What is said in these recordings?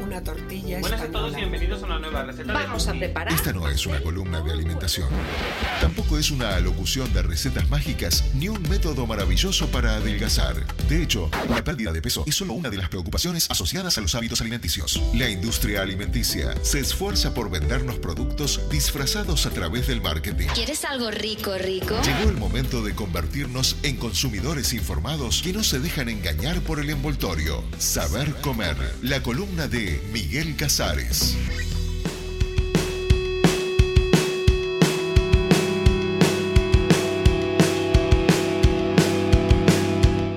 una tortilla Buenas a española. todos y bienvenidos a una nueva receta Vamos de a Tony. preparar Esta no es una columna de alimentación. Tampoco es una alocución de recetas mágicas ni un método maravilloso para adelgazar. De hecho, la pérdida de peso es solo una de las preocupaciones asociadas a los hábitos alimenticios. La industria alimenticia se esfuerza por vendernos productos disfrazados a través del marketing. ¿Quieres algo rico, rico? Llegó el momento de convertirnos en consumidores informados que no se dejan engañar por el envoltorio. Saber comer, la columna de Miguel Casares.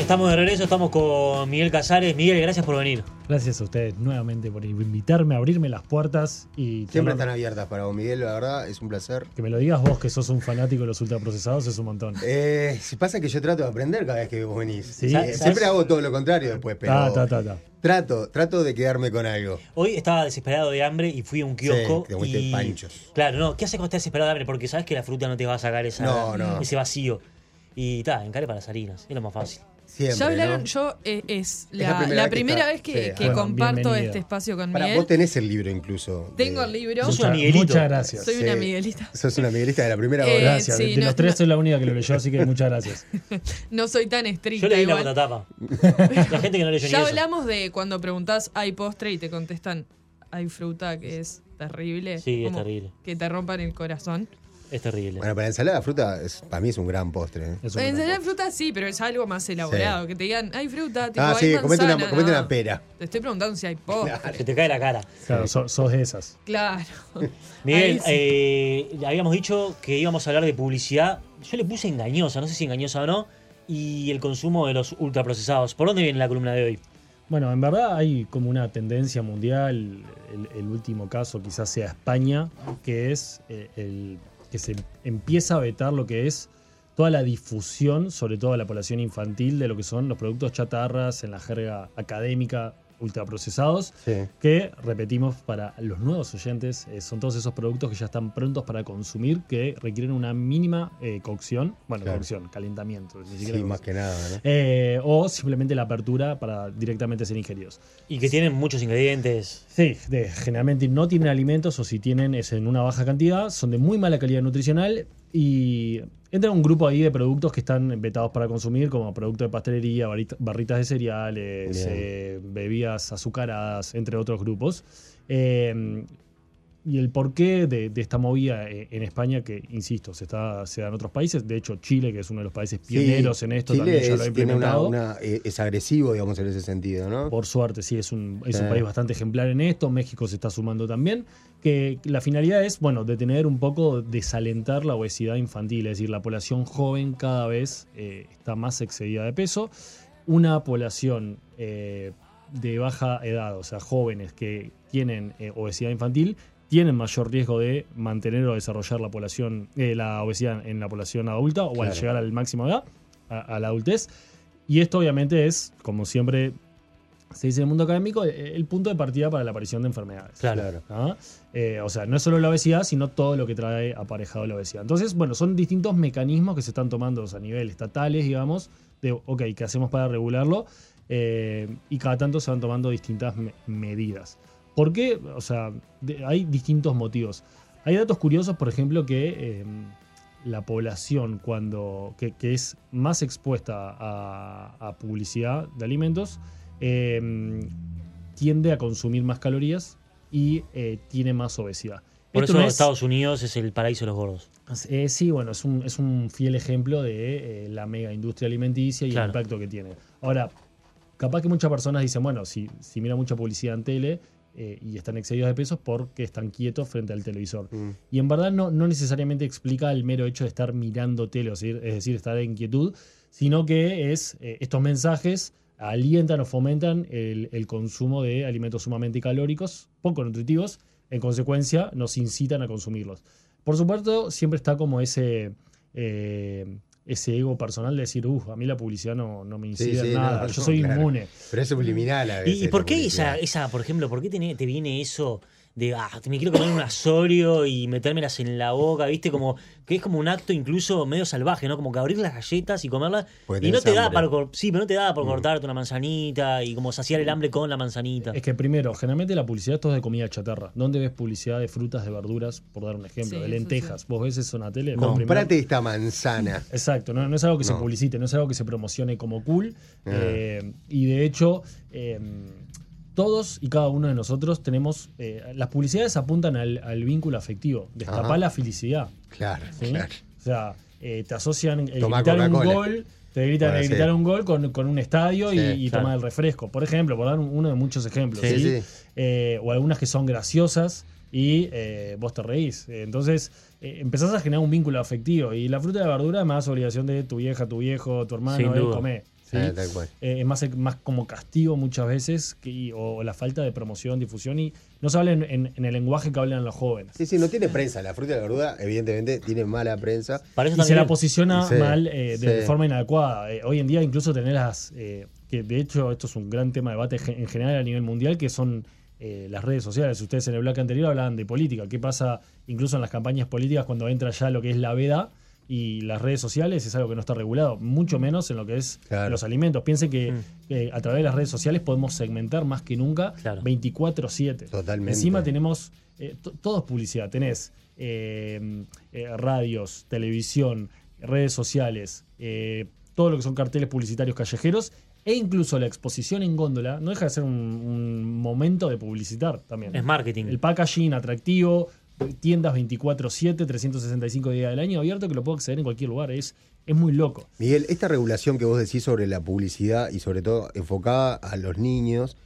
Estamos de regreso, estamos con Miguel Casares. Miguel, gracias por venir. Gracias a ustedes nuevamente por invitarme, a abrirme las puertas y tener- Siempre están abiertas para vos, Miguel, la verdad, es un placer. que me lo digas vos que sos un fanático de los ultraprocesados es un montón. Eh, si pasa que yo trato de aprender cada vez que vos venís. Sí. Eh, ¿Sabes? siempre hago todo lo contrario después, pero Ta, ta, ta, ta. trato, trato de quedarme con algo. Hoy estaba desesperado de hambre y fui a un kiosco. te comiste y- panchos. Claro, no. ¿Qué haces cuando estás desesperado de hambre? Porque sabes que la fruta no te va a sacar esa- No, no. ese vacío. Y está, encare para las harinas. Es lo más fácil. Siempre. ya hablaron, ¿no? yo eh, es la la, la primera, primera vez que está- vez que, sí, que bueno, comparto bienvenida. este espacio con Pará, Miguel. vos tenés el libro incluso. de- Tengo el libro. Sos Mucha- un amiguelito. muchas gracias. Soy una Sí. miguelita. Sos una miguelista de la primera Eh, hora. Gracias, sí, de, de no- los tres no- soy la única que lo leyó, así que muchas gracias. No soy tan Yo estricta leí la igual. contratapa. La gente que no leyó ni Ya eso. hablamos de cuando preguntás hay postre y te contestan hay fruta que es terrible. Sí, es como terrible. Que te rompan el corazón. Es terrible. Bueno, para ensalada de fruta, es- para mí es un gran postre. ¿eh? Es un En montón. de fruta sí, pero es algo más elaborado. Que te digan hay fruta, tipo, Ah, hay sí, comete una, manzana", comete no. una pera. Te estoy preguntando si hay postre. Se te cae la cara. Claro, so- sos, de esas. Claro. Miguel, Ahí sí. eh, habíamos dicho que íbamos a hablar de publicidad. Yo le puse engañosa, no sé si engañosa o no. Y el consumo de los ultraprocesados. ¿Por dónde viene la columna de hoy? Bueno, en verdad hay como una tendencia mundial, el, el último caso quizás sea España, que es eh, el que se empieza a vetar lo que es toda la difusión, sobre todo a la población infantil, de lo que son los productos chatarras en la jerga académica ultraprocesados. Sí. que repetimos para los nuevos oyentes, eh, son todos esos productos que ya están prontos para consumir que requieren una mínima eh, cocción, bueno, Claro. cocción, calentamiento, ni siquiera Sí, cocción. más que nada, ¿no? Eh, o simplemente la apertura para directamente ser ingeridos. Y que tienen muchos ingredientes. Sí, de- generalmente no tienen alimentos o si tienen es en una baja cantidad, son de muy mala calidad nutricional y entra un grupo ahí de productos que están vetados para consumir, como productos de pastelería, barita- barritas de cereales, Bien. eh, bebidas azucaradas, entre otros grupos. Eh, y el porqué de, de esta movida eh, en España, que insisto, se, está, se da en otros países, de hecho Chile, que es uno de los países pioneros Sí, en esto, Chile también ya es- lo ha tiene una- implementado. una- eh, es agresivo, digamos, en ese sentido, ¿no? Por suerte, sí, es un, es un Sí. país bastante ejemplar en esto. México se está sumando también. Que la finalidad es, bueno, detener un poco, desalentar la obesidad infantil. Es decir, la población joven cada vez eh, está más excedida de peso. Una población eh, de baja edad, o sea, jóvenes que tienen eh, obesidad infantil, tienen mayor riesgo de mantener o desarrollar la población, eh, la obesidad en la población adulta o al Claro. llegar al máximo de edad, a, a la adultez. Y esto obviamente es, como siempre se dice en el mundo académico, el, el punto de partida para la aparición de enfermedades. Claro. ¿Ah? Eh, o sea, no es solo la obesidad, sino todo lo que trae aparejado la obesidad. Entonces, bueno, son distintos mecanismos que se están tomando o sea, a nivel estatales, digamos, de, ok, ¿qué hacemos para regularlo? Eh, y cada tanto se van tomando distintas me- medidas. ¿Por qué? O sea, de- hay distintos motivos. Hay datos curiosos, por ejemplo, que eh, la población cuando que, que es más expuesta a, a publicidad de alimentos eh, tiende a consumir más calorías y eh, tiene más obesidad. Por Esto eso no es- Estados Unidos es el paraíso de los gordos. eh, sí, bueno, es un, es un fiel ejemplo de eh, la mega industria alimenticia y Claro. el impacto que tiene. Ahora, capaz que muchas personas dicen, bueno, si, si mira mucha publicidad en tele eh, y están excedidos de pesos porque están quietos frente al televisor. Mm. Y en verdad no, no necesariamente explica el mero hecho de estar mirando tele, o sea, es decir, estar en quietud, sino que es eh, estos mensajes alientan o fomentan el, el consumo de alimentos sumamente calóricos, poco nutritivos, en consecuencia nos incitan a consumirlos. Por supuesto, siempre está como ese, eh, ese ego personal de decir, uff, a mí la publicidad no, no me incide Sí, sí, en nada, no, yo soy claro. inmune. Pero es subliminal a veces. ¿Y, y por la qué publicidad. esa, esa, por ejemplo, por qué tiene- te, viene eso de, ah, me quiero comer un asorio y metérmelas en la boca, ¿viste? Como que es como un acto incluso medio salvaje, ¿no? Como que abrir las galletas y comerlas. Pues Porque y no tenés te da hambre. para cor- sí, pero no te da para Mm. cortarte una manzanita y como saciar el hambre con la manzanita. Es que primero, generalmente la publicidad esto es de comida chatarra. ¿Dónde ves publicidad de frutas, de verduras, por dar un ejemplo, Sí, eso de lentejas? Vos ves eso en la tele. Lo primero- Comprate esta manzana. Exacto, no, no es algo que se No. publicite, no es algo que se promocione como cool. Ah. Eh, y de hecho, eh, todos y cada uno de nosotros tenemos. eh, las publicidades apuntan al, al vínculo afectivo. Destapá Ajá. la felicidad. Claro, ¿sí? claro. O sea, eh, te asocian el Tomá gritar un Coca-Cola. gol. Te gritan Bueno, el sí. gritar un gol con, con un estadio y, Sí, y claro. tomar el refresco. Por ejemplo, por dar un- uno de muchos ejemplos. Sí, ¿sí? sí. Eh, o algunas que son graciosas y eh, vos te reís. Eh, Entonces eh, empezás a generar un vínculo afectivo. Y la fruta y la verdura es más obligación de tu vieja, tu viejo, tu Sin hermano, duda. él come. ¿sí? Ah, tal cual. Eh, es más, más como castigo muchas veces que, y- o, o la falta de promoción, difusión. Y no se habla en, en- en el lenguaje que hablan los jóvenes. Sí, sí, no tiene prensa. La fruta y la verdura, evidentemente, tiene mala prensa. Para Y eso se también la posiciona Sí, mal eh, de sí. forma inadecuada. Eh, hoy en día incluso tenés las, eh, que de hecho esto es un gran tema de debate gen- en general a nivel mundial, que son eh, las redes sociales. Ustedes en el bloque anterior hablaban de política. ¿Qué pasa incluso en las campañas políticas cuando entra ya lo que es la veda? Y las redes sociales es algo que no está regulado, mucho menos en lo que es Claro. los alimentos. Piensen que Mm. eh, a través de las redes sociales podemos segmentar más que nunca Claro. 24/7. Totalmente. Encima tenemos, eh, to- todo es publicidad, tenés eh, eh, radios, televisión, redes sociales, eh, todo lo que son carteles publicitarios callejeros e incluso la exposición en góndola no deja de ser un, un momento de publicitar también. es marketing. El packaging atractivo, tiendas 24/7, 365 días del año abierto que lo puedo acceder en cualquier lugar, es, es muy loco. Miguel, esta regulación que vos decís sobre la publicidad y sobre todo enfocada a los niños,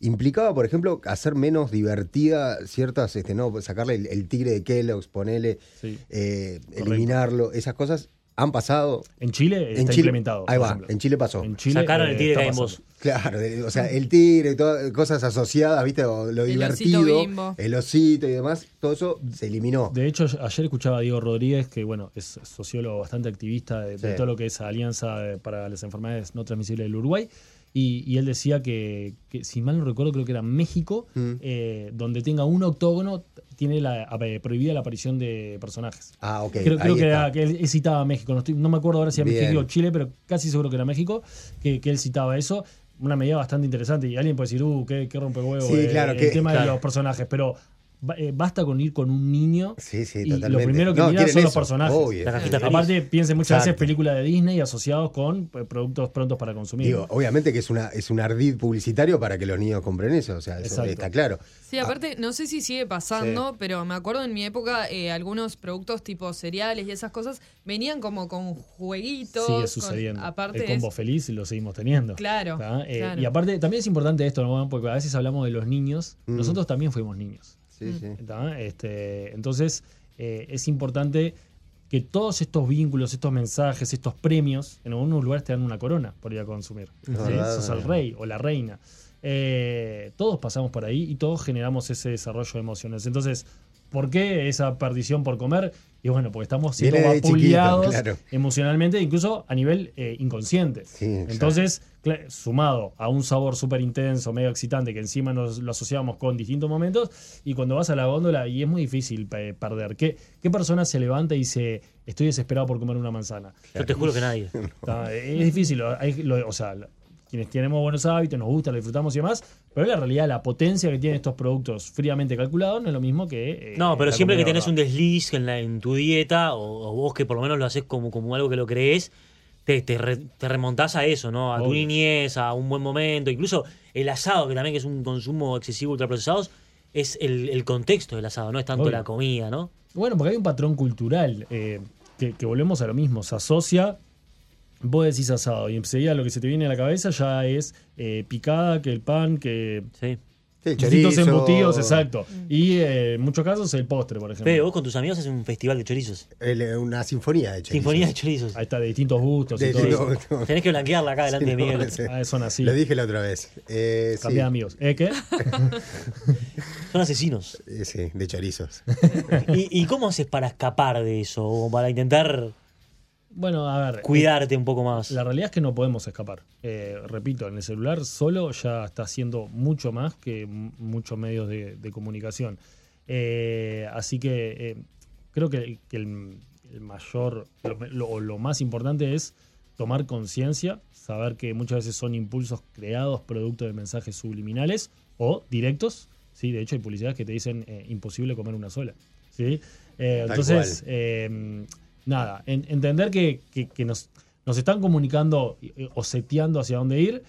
implicaba, por ejemplo, hacer menos divertida ciertas, este, no, sacarle el, el tigre de Kellogg's, ponele, Sí. eh, eliminarlo, esas cosas han pasado. En Chile Eh, está Chile, implementado. ahí por va, ejemplo. en Chile pasó. En Chile, Sacaron eh, el tigre está que hay en pasando. vos. Claro, de- o sea, el tigre, y todas cosas asociadas, viste, o lo El divertido, osito bimbo. el osito y demás, todo eso se eliminó. De hecho, ayer escuchaba a Diego Rodríguez, que bueno, es sociólogo bastante activista de, de Sí. todo lo que es Alianza eh, para las Enfermedades No Transmisibles del Uruguay. Y, y él decía que, que, si mal no recuerdo, creo que era México, Mm. eh, donde tenga un octógono, t- tiene la, a- eh, prohibida la aparición de personajes. Ah, ok. creo ahí creo que, está. era, que él él citaba a México, no, estoy- no me acuerdo ahora si era Bien. México o Chile, pero casi seguro que era México, que, que él citaba eso. Una medida bastante interesante. Y alguien puede decir, uh, qué, qué rompehuevo Sí, eh, claro, el que- tema de claro. los personajes. Pero ba- eh, basta con ir con un niño Sí, sí, y totalmente. lo primero que No, miran quieren son los eso, personajes. obvio. La cajita feliz. Aparte, piensen muchas Exacto. veces películas de Disney asociados con eh, productos prontos para consumir. Digo, obviamente que es una es un ardid publicitario para que los niños compren eso, o sea, eso Exacto. está claro. Sí, Ah. aparte, no sé si sigue pasando, pero me acuerdo en mi época eh, algunos productos tipo cereales y esas cosas venían como con jueguitos. Sigue con- sucediendo. aparte el combo es- feliz lo seguimos teniendo. Claro, ¿Está? Eh, claro. Y aparte, también es importante esto, ¿no? porque a veces hablamos de los niños. Mm. Nosotros también fuimos niños. Sí, Mm. sí. ¿tá? Este, entonces, eh, es importante que todos estos vínculos, estos mensajes, estos premios, en algunos lugares te dan una corona por ir a consumir. ¿sí? verdad. Sos el rey o la reina. Eh, todos pasamos por ahí y todos generamos ese desarrollo de emociones. Entonces, ¿por qué esa perdición por comer? Y bueno, porque estamos siendo Viene de vapuleados chiquito, claro. emocionalmente, incluso a nivel eh, inconsciente. Sí, exacto. Entonces, cla- sumado a un sabor súper intenso, medio excitante, que encima nos lo asociamos con distintos momentos, y cuando vas a la góndola, y es muy difícil pe- perder, ¿qué, qué persona se levanta y dice, estoy desesperado por comer una manzana? Yo te juro que nadie. Está- es difícil, lo- hay- lo- o sea, lo- quienes tenemos buenos hábitos, nos gusta, lo disfrutamos y demás, pero la realidad, la potencia que tienen estos productos fríamente calculados no es lo mismo que... eh, No, pero la siempre que comida tenés verdad. un desliz en, la- en tu dieta, o, o vos que por lo menos lo haces como, como algo que lo crees, te, te, re- te remontás a eso, ¿no? A tu Obvio. niñez, a un buen momento, incluso el asado, que también que es un consumo excesivo de ultraprocesados, es el, el contexto del asado, no es tanto Obvio. la comida, ¿no? Bueno, porque hay un patrón cultural eh, que, que volvemos a lo mismo. Se asocia, vos decís asado, y enseguida lo que se te viene a la cabeza ya es eh, picada, que el pan, que. Sí. Sí, Distintos chorizo. embutidos, exacto. Y eh, en muchos casos el postre, por ejemplo. Pero vos con tus amigos haces un festival de chorizos. El- eh, una sinfonía de chorizos. Sinfonía de chorizos. Ahí está, de distintos gustos De- y todo de- eso. no, no. Tenés que blanquearla acá delante de Sí, no, Miguel. sí. Ah, son así. Lo dije la otra vez. Eh, sí. Cambiá de amigos. ¿Eh qué? Son asesinos. Eh, sí, de chorizos. ¿Y, y cómo haces para escapar de eso? O para intentar Bueno, a ver. Cuidarte un poco más. La realidad es que no podemos escapar. Eh, repito, en el celular solo ya está haciendo mucho más que m- muchos medios de, de comunicación. Eh, así que eh, creo que, que el, el mayor lo- lo- o lo más importante es tomar conciencia, saber que muchas veces son impulsos creados producto de mensajes subliminales o directos. Sí, de hecho hay publicidades que te dicen eh, imposible comer una sola. ¿sí? Eh, Tal entonces, eh, nada, en- entender que, que- que nos, nos están comunicando eh, o seteando hacia dónde ir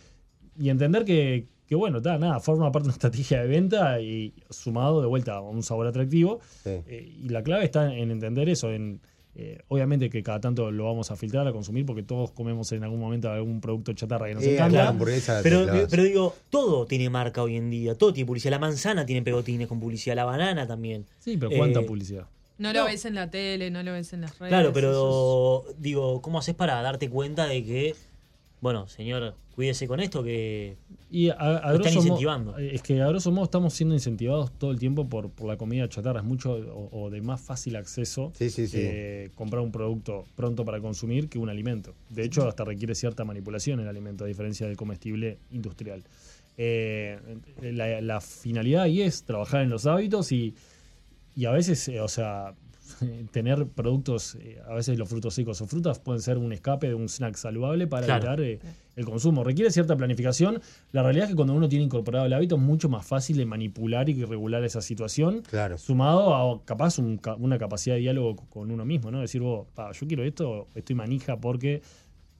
y entender que, que, bueno, ta, nada, forma parte de una estrategia de venta y sumado de vuelta a un sabor atractivo. Sí. Eh, y la clave está en entender eso, en eh, obviamente que cada tanto lo vamos a filtrar, a consumir, porque todos comemos en algún momento algún producto chatarra que nos Eh, encanta. la hamburguesa te Pero, clavas. pero digo, todo tiene marca hoy en día, todo tiene publicidad. La manzana tiene pegotines con publicidad, la banana también. Sí, pero cuánta Eh, publicidad. No lo No. ves en la tele, no lo ves en las redes. Claro, eso pero digo, ¿cómo haces para darte cuenta de que, bueno, señor, cuídese con esto que Y a, a Lo están grosso modo- incentivando. eh, es que a grosso modo estamos siendo incentivados todo el tiempo por, por la comida chatarra. Es mucho o, o de más fácil acceso Sí, sí, sí. eh, comprar un producto pronto para consumir que un alimento. De hecho, hasta requiere cierta manipulación el alimento, a diferencia del comestible industrial. Eh, la, la finalidad ahí es trabajar en los hábitos y, y a veces, eh, o sea, tener productos, eh, a veces los frutos secos o frutas pueden ser un escape de un snack saludable para Claro. evitar eh, el consumo. Requiere cierta planificación. La realidad es que cuando uno tiene incorporado el hábito es mucho más fácil de manipular y regular esa situación Claro. sumado a capaz un ca- una capacidad de diálogo co- con uno mismo, ¿no? Decir, vos, pa, yo quiero esto, estoy manija porque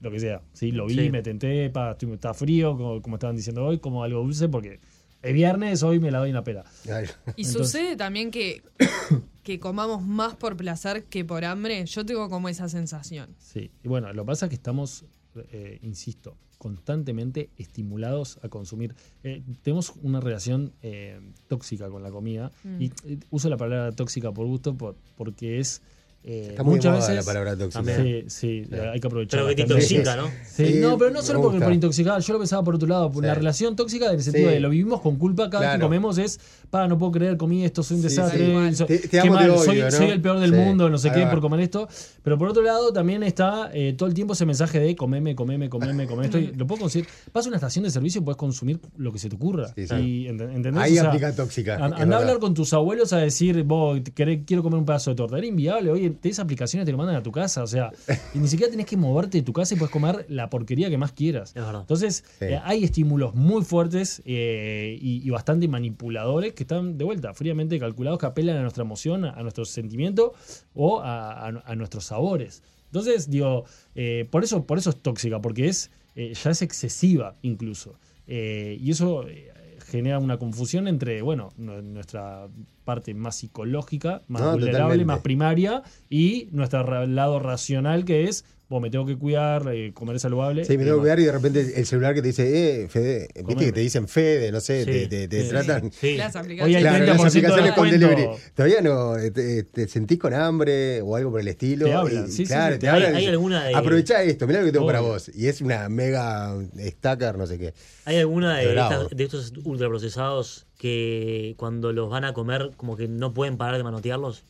lo que sea, ¿sí? Lo vi, Sí. me tenté, pa, estoy- está frío, como, como estaban diciendo hoy, como algo dulce porque es viernes, hoy me la doy en la pera. Ay, Y Entonces- sucede también que, que comamos más por placer que por hambre. Yo tengo como esa sensación. Sí, y bueno, lo que pasa es que estamos, eh, insisto, constantemente estimulados a consumir. Eh, tenemos una relación eh, tóxica con la comida Mm. y eh, uso la palabra tóxica por gusto por- porque es... eh, Está muy de muchas moda veces la palabra tóxica. Sí, sí, hay que aprovechar. Pero la que te tendencia. intoxica, ¿no? Sí, Sí, no, pero me no solo porque gusta. por intoxicar, yo lo pensaba por otro lado, por Sí. la relación tóxica en el sentido Sí. de lo vivimos con culpa, cada vez que Claro. comemos es, pa, no puedo creer, comí esto, soy un Sí, desastre, sí. el- Te- te qué amo, te mal, odio, soy, ¿no? soy el peor del Sí. mundo, no sé Ahí qué, va. por comer esto. Pero por otro lado también está eh, todo el tiempo ese mensaje de comeme, comeme, comeme, comeme esto, y lo puedo conseguir. Vas a una estación de servicio y puedes consumir lo que se te ocurra. Sí, sí. Y, ent- ¿entendés? Ahí O sea, aplica tóxica. An- es Andá a verdad. hablar con tus abuelos a decir, vos, queré- quiero comer un pedazo de torta. Era inviable. Oye, te- esas aplicaciones te lo mandan a tu casa. O sea, y ni siquiera tenés que moverte de tu casa y puedes comer la porquería que más quieras. Es verdad. Entonces, Sí. eh, hay estímulos muy fuertes eh, y, y bastante manipuladores que están de vuelta, fríamente calculados, que apelan a nuestra emoción, a, a nuestro sentimiento o a, a- a nuestros sabores. Entonces, digo, eh, por, eso, por eso es tóxica, porque es, eh, ya es excesiva incluso. Eh, y eso eh, genera una confusión entre, bueno, nu- nuestra parte más psicológica, más No, vulnerable, totalmente. más primaria, y nuestro ra- lado racional que es, vos me tengo que cuidar, eh, comer saludable. Sí, me y tengo demás. que cuidar y de repente el celular que te dice, eh, Fede, viste Comeme. que te dicen Fede, no sé, Sí, te, te- te sí, tratan. Sí. Las Hoy hay aplicaciones. Claro, las 30% de aplicaciones con descuento. delivery. Todavía no, eh, te, te sentís con hambre o algo por el estilo. Te hablan, y, sí, sí, claro, sí. te Hay- hablan. hay alguna de- Aprovechá esto, mirá lo que tengo para Obvio. vos. Y es una mega stacker, no sé qué. ¿Hay alguna de, Bravo. estas- de estos ultraprocesados que cuando los van a comer como que no pueden parar de manotearlos?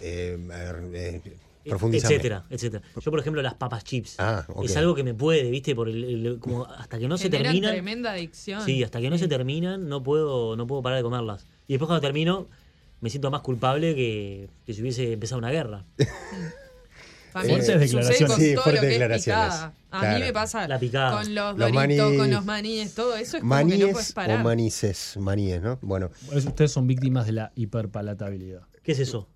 Eh, a ver, eh, E- profundizame. Etcétera, etcétera. Yo, por ejemplo, las papas chips. Ah, ok. Es algo que me puede, ¿viste? Por el, el- como hasta que no se Generan terminan. tremenda adicción. Sí, hasta que no se terminan, no puedo, no puedo parar de comerlas. Y después cuando termino, me siento más culpable que, que si hubiese empezado una guerra. También Fuertes sucede Eh, declaraciones. con Sí, todo lo fuertes que es declaraciones. picada. A mí Claro. me pasa La picada. con los, Los doritos, maní- con los maníes, todo eso es como que no puedes ¿Maníes o parar. manices? Maníes, ¿no? Bueno, Es- Ustedes son víctimas de la hiperpalatabilidad. ¿Qué es eso?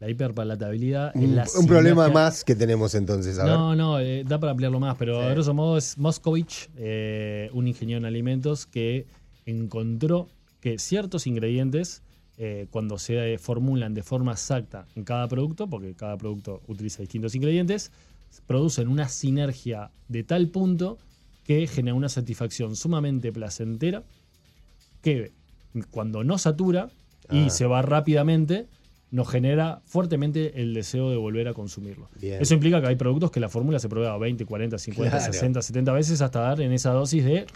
La hiperpalatabilidad es un, la un problema sinergia- más que tenemos entonces. A ver. No, no, eh, da para ampliarlo más, pero Sí. a grosso modo es Moscovich, eh, un ingeniero en alimentos, que encontró que ciertos ingredientes, eh, cuando se eh, formulan de forma exacta en cada producto, porque cada producto utiliza distintos ingredientes, producen una sinergia de tal punto que genera una satisfacción sumamente placentera que cuando no satura y Ah. se va rápidamente, nos genera fuertemente el deseo de volver a consumirlo. Bien. Eso implica que hay productos que la fórmula se prueba 20, 40, 50, Claro. 60, 70 veces hasta dar en esa dosis de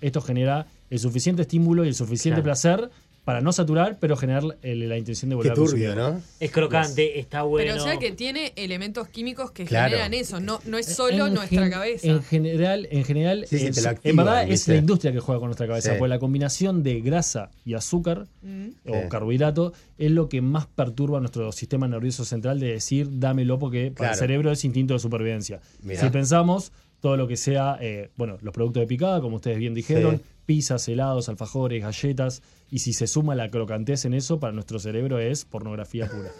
esto genera el suficiente estímulo y el suficiente Claro. placer para no saturar, pero generar el- la intención de Qué volver a turbio, consumir. ¿no? Es crocante, está bueno. Pero o sea que tiene elementos químicos que Claro. generan eso, no, no es solo En nuestra gen- cabeza. En general, en general, Sí, sí, es- te la en activan, verdad es ¿viste? la industria que juega con nuestra cabeza, Sí. porque la combinación de grasa y azúcar Mm. o Sí. carbohidrato es lo que más perturba nuestro sistema nervioso central de decir dámelo porque para Claro. el cerebro es instinto de supervivencia. Mirá. Si pensamos todo lo que sea, eh, bueno, los productos de picada, como ustedes bien dijeron, Sí. pizzas, helados, alfajores, galletas, y si se suma la crocantez en eso, para nuestro cerebro es pornografía pura.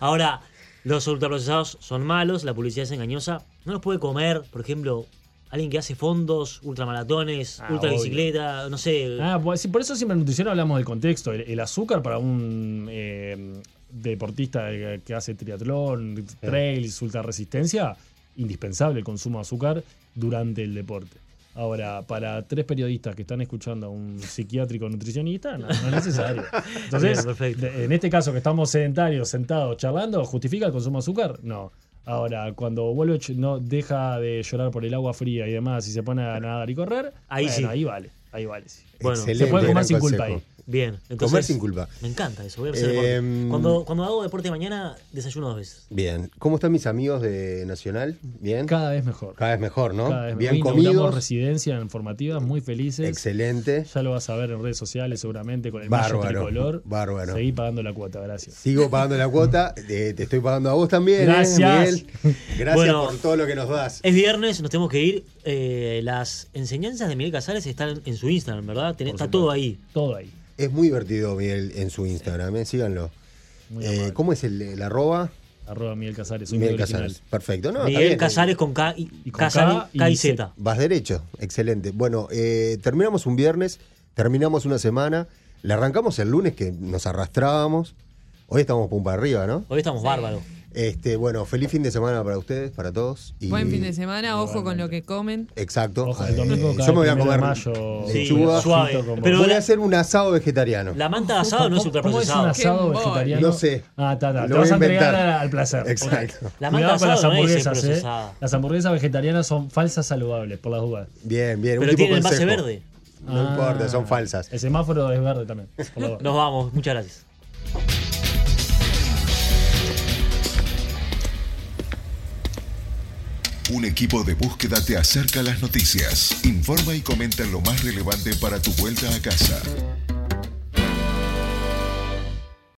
Ahora, los ultraprocesados son malos, la publicidad es engañosa. No los puede comer, por ejemplo, alguien que hace fondos, ultramaratones, Ah, ultra obvio. bicicleta, no sé. Ah, pues, sí, por eso siempre en nutrición hablamos del contexto. El, el azúcar para un eh, deportista que que hace triatlón, trails, ultra resistencia, indispensable el consumo de azúcar durante el deporte. Ahora, para tres periodistas que están escuchando a un psiquiátrico nutricionista, no, no es necesario. Entonces, Bien, perfecto. de- en este caso que estamos sedentarios, sentados, charlando, ¿justifica el consumo de azúcar? No. Ahora, cuando Woloch no deja de llorar por el agua fría y demás y se pone a nadar y correr, Ahí bueno, sí. ahí vale, ahí vale. sí. Bueno, se Excelente, puede comer gran sin culpa consejo. Bien, entonces. Comer sin culpa. Me encanta eso, voy a hacer deporte. Em, Cuando, cuando hago deporte mañana, desayuno dos veces. Bien. ¿Cómo están mis amigos de Nacional? Bien. Cada vez mejor. Cada vez mejor, ¿no? Cada vez Bien mejor. Inauguramos comidos. residencia en formativas, muy felices. Excelente. Ya lo vas a ver en redes sociales seguramente con el Bárbaro, mayo tricolor. bárbaro. Seguí pagando la cuota, gracias. Sigo pagando la cuota. eh, te estoy pagando a vos también. ¿eh, Gracias. Eh. Miguel? Gracias Bueno. por todo lo que nos das. Es viernes, nos tenemos que ir. Eh, las enseñanzas de Miguel Casares están en su Instagram, ¿verdad? Tenés- está Por supuesto. Ah, todo ahí. Todo ahí. Es muy divertido, Miguel, en su Instagram. ¿eh? Síganlo. Muy Eh, amable. ¿Cómo es el, el arroba? Arroba Miguel Casares. soy Miguel muy original. Casares. Perfecto. No, está Miguel bien. eh, Casares con K y, Y con Casares, K y K y Z. Z. Vas derecho, excelente. Bueno, eh, terminamos un viernes, terminamos una semana, le arrancamos el lunes que nos arrastrábamos. Hoy estamos pum para arriba, ¿no? Hoy estamos bárbaros. Este, bueno, feliz fin de semana para ustedes, para todos. y- Mm. Buen fin de semana, ojo con lo que comen. Exacto. Ojo, el Eh, domingo cae yo me voy a primero comer de mayo. Sí, lechuga. suave. Frito con- Pero voy la- a hacer un asado vegetariano. La manta de asado no es ¿Cómo es ultraprocesado. un asado Qué vegetariano? No sé. Ah, ta, ta, Lo Te voy vas a a entregar inventar. al- al placer. Exacto. La Cuidado manta con las asado no es hamburguesas, ¿eh? procesada. Las hamburguesas vegetarianas son falsas saludables, por las dudas. Bien, bien. Pero último tiene el base consejo. verde. No Ah. importa, son falsas. El semáforo es verde también. por las dudas. Nos vamos, muchas gracias. Un equipo de búsqueda te acerca las noticias, informa y comenta lo más relevante para tu vuelta a casa.